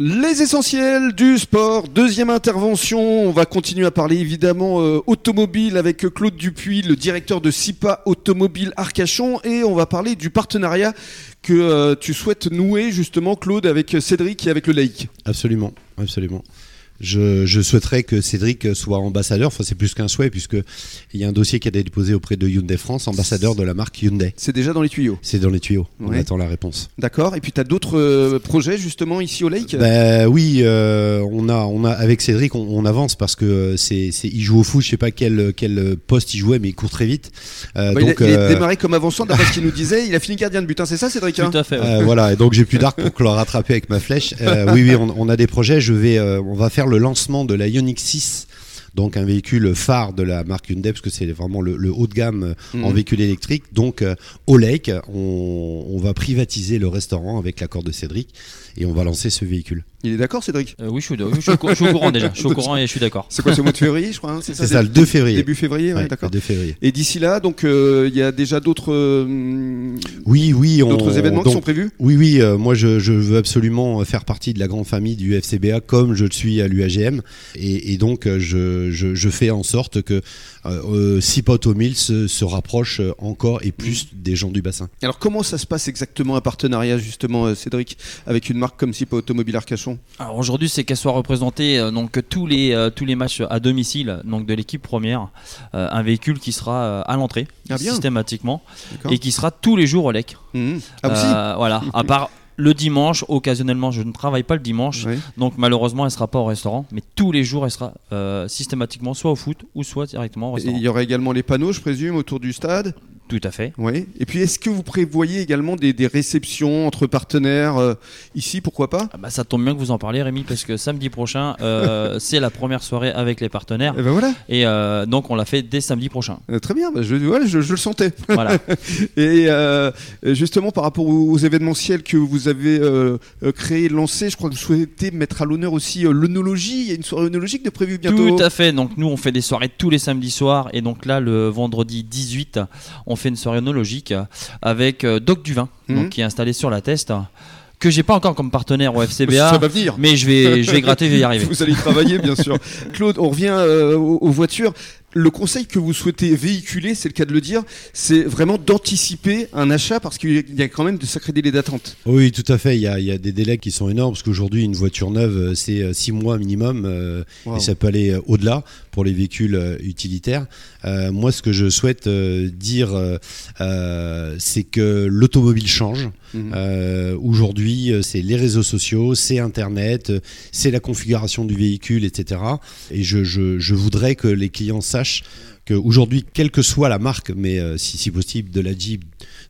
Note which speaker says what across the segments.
Speaker 1: Les essentiels du sport, deuxième intervention, on va continuer à parler évidemment euh, automobile avec Claude Dupuis, le directeur de SIPA Automobile Arcachon, et on va parler du partenariat que euh, tu souhaites nouer justement Claude avec Cédric et avec le laïc.
Speaker 2: Absolument, absolument. Je, je souhaiterais que Cédric soit ambassadeur, enfin c'est plus qu'un souhait puisque il y a un dossier qui a été déposé auprès de Hyundai France, ambassadeur de la marque Hyundai.
Speaker 1: C'est déjà dans les tuyaux,
Speaker 2: C'est dans les tuyaux, on
Speaker 1: Ouais.
Speaker 2: attend la réponse.
Speaker 1: d'accord Et puis tu as d'autres euh, projets justement ici au laïc
Speaker 2: Bah oui, euh, on a, on a avec Cédric, on, on avance parce que euh, c'est, c'est- il joue au foot. Je sais pas quel, quel poste il jouait, mais il court très vite. Euh,
Speaker 1: Bah, il, a,
Speaker 2: donc
Speaker 1: il a
Speaker 2: euh,
Speaker 1: démarré comme avançant d'après ce qu'il nous disait, il a fini gardien de but, hein, c'est ça Cédric hein
Speaker 3: Tout à fait. ouais.
Speaker 2: euh, voilà, et donc j'ai plus d'arc pour que le rattraper avec ma flèche. Euh, oui, oui, on, on a des projets. Je vais, euh, on va faire le lancement de la Ioniq 6. Donc un véhicule phare de la marque Hyundai, parce que c'est vraiment le, le haut de gamme euh, en
Speaker 1: Mhm.
Speaker 2: véhicule électrique. Donc euh, au Lake, on, on va privatiser le restaurant avec l'accord de Cédric, et on va lancer ce véhicule.
Speaker 1: Il est d'accord Cédric
Speaker 3: Euh, oui, je suis, oui, je suis au cou- je suis au courant déjà. Je suis au courant et je suis d'accord.
Speaker 1: C'est quoi, c'est au mois de février je crois hein,
Speaker 2: C'est ça, le 2 février.
Speaker 1: Début février, ouais,
Speaker 2: Ouais,
Speaker 1: d'accord.
Speaker 2: le 2 février.
Speaker 1: Et d'ici là, donc euh, il y a déjà d'autres euh,
Speaker 2: Oui, oui, on-
Speaker 1: d'autres événements
Speaker 2: donc-
Speaker 1: qui sont prévus.
Speaker 2: Oui, oui, euh, moi je, je veux absolument euh, faire partie de la grande famille du FCBA comme je le suis à l'UAGM. Et, et donc euh, je, je, je fais en sorte que euh, Cipot Mills se, se rapproche euh, encore et plus des gens du bassin.
Speaker 1: Alors comment ça se passe exactement un partenariat justement, euh, Cédric, avec une marque comme SIPA Automobile Arcachon
Speaker 3: Alors aujourd'hui, c'est qu'elle soit représentée euh, donc tous les euh, tous les matchs à domicile donc de l'équipe première, euh, un véhicule qui sera euh, à l'entrée
Speaker 1: Ah, bien.
Speaker 3: systématiquement
Speaker 1: D'accord.
Speaker 3: et qui sera tous les jours au lec.
Speaker 1: Mhm. Ah aussi
Speaker 3: Euh, voilà, à part le dimanche, occasionnellement, je ne travaille pas le dimanche,
Speaker 1: Ouais.
Speaker 3: donc malheureusement, elle sera pas au restaurant, mais tous les jours, elle sera euh, systématiquement soit au foot ou soit directement
Speaker 1: Et
Speaker 3: au restaurant.
Speaker 1: Il y aura également les panneaux, je présume, autour du stade.
Speaker 3: Tout à fait.
Speaker 1: Oui. Et puis, est-ce que vous prévoyez également des, des réceptions entre partenaires euh, ici, pourquoi pas
Speaker 3: Ah bah, ça tombe bien que vous en parliez, Rémi, parce que samedi prochain, euh, c'est la première soirée avec les partenaires,
Speaker 1: Eh ben voilà,
Speaker 3: et euh, donc on la fait dès samedi prochain.
Speaker 1: Euh, très bien, Bah, je, voilà, je, je le sentais.
Speaker 3: Voilà.
Speaker 1: Et euh, justement, par rapport aux, aux événementiels que vous avez euh, euh, créés, lancés, je crois que vous souhaitez mettre à l'honneur aussi euh, l'œnologie. Il y a une soirée œnologique de prévue bientôt.
Speaker 3: Tout à fait. Donc nous, on fait des soirées tous les samedis soirs. Et donc là, le vendredi 18, on fait une soirée onologique avec euh, Doc Duvin,
Speaker 1: Mhm.
Speaker 3: donc, qui est installé sur la test, que j'ai pas encore comme partenaire au
Speaker 1: Ça
Speaker 3: FCBA.
Speaker 1: va venir.
Speaker 3: Mais je vais, je vais gratter, je vais y arriver.
Speaker 1: Vous allez y travailler, bien sûr. Claude, on revient euh, aux, aux voitures. Le conseil que vous souhaitez véhiculer, c'est le cas de le dire, c'est vraiment d'anticiper un achat parce qu'il y a quand même de sacrés délais d'attente.
Speaker 2: Oui, tout à fait. Il y a, il y a des délais qui sont énormes parce qu'aujourd'hui, une voiture neuve, euh, c'est euh, six mois minimum euh,
Speaker 1: Wow.
Speaker 2: et ça peut aller euh, au-delà pour les véhicules euh, utilitaires. Euh, moi, ce que je souhaite euh, dire, euh, euh, c'est que l'automobile change.
Speaker 1: Mhm.
Speaker 2: Euh, Aujourd'hui, euh, c'est les réseaux sociaux, c'est Internet, euh, c'est la configuration du véhicule, etc. Et je, je- je voudrais que les clients sachent qu'aujourd'hui, quelle que soit la marque, mais euh, si, si possible, de la Jeep,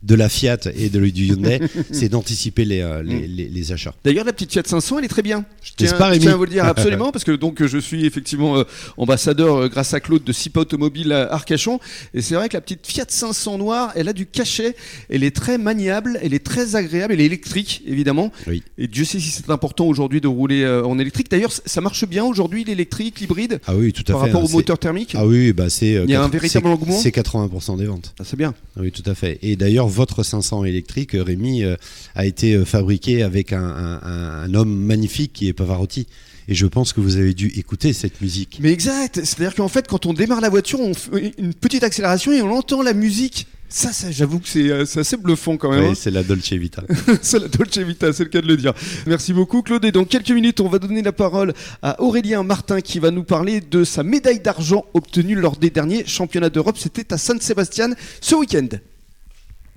Speaker 2: de la Fiat et de, du Hyundai, c'est d'anticiper les, euh, les- les- les achats.
Speaker 1: D'ailleurs, la petite Fiat 500, elle est très bien. Mm. Je tiens,
Speaker 2: N'est-ce pas,
Speaker 1: je
Speaker 2: Rémi
Speaker 1: tiens à vous le dire absolument, parce que donc je suis effectivement euh, ambassadeur euh, grâce à Claude de SIPA Automobile à Arcachon. Et c'est vrai que la petite Fiat 500 noire, elle a du cachet, elle est très maniable, elle est très agréable, elle est électrique, évidemment.
Speaker 2: Oui.
Speaker 1: Et Dieu sait si c'est important aujourd'hui de rouler euh, en électrique. D'ailleurs, c- ça marche bien aujourd'hui, l'électrique, l'hybride,
Speaker 2: Ah oui, tout à
Speaker 1: par
Speaker 2: fait.
Speaker 1: rapport
Speaker 2: hein,
Speaker 1: au
Speaker 2: c'est-
Speaker 1: moteur thermique.
Speaker 2: Ah oui, bah c'est. euh,
Speaker 1: Il y a un
Speaker 2: quatre-
Speaker 1: véritable
Speaker 2: c'est-
Speaker 1: engouement
Speaker 2: C'est 80% des ventes.
Speaker 1: Ah, c'est bien.
Speaker 2: Oui, tout à fait. Et d'ailleurs, votre 500 électrique, Rémi, euh, a été euh, fabriqué avec un, un- un- un homme magnifique qui est Pavarotti. Et je pense que vous avez dû écouter cette musique.
Speaker 1: Mais exact. C'est-à-dire qu'en fait, quand on démarre la voiture, on fait une petite accélération et on entend la musique. Ça, ça j'avoue que c'est euh, c'est assez bluffant quand même. hein.
Speaker 2: Oui, c'est la Dolce Vita.
Speaker 1: C'est la Dolce Vita, c'est le cas de le dire. Merci beaucoup Claude. Et dans quelques minutes, on va donner la parole à Aurélien Martin qui va nous parler de sa médaille d'argent obtenue lors des derniers championnats d'Europe. C'était à San Sebastian ce week-end.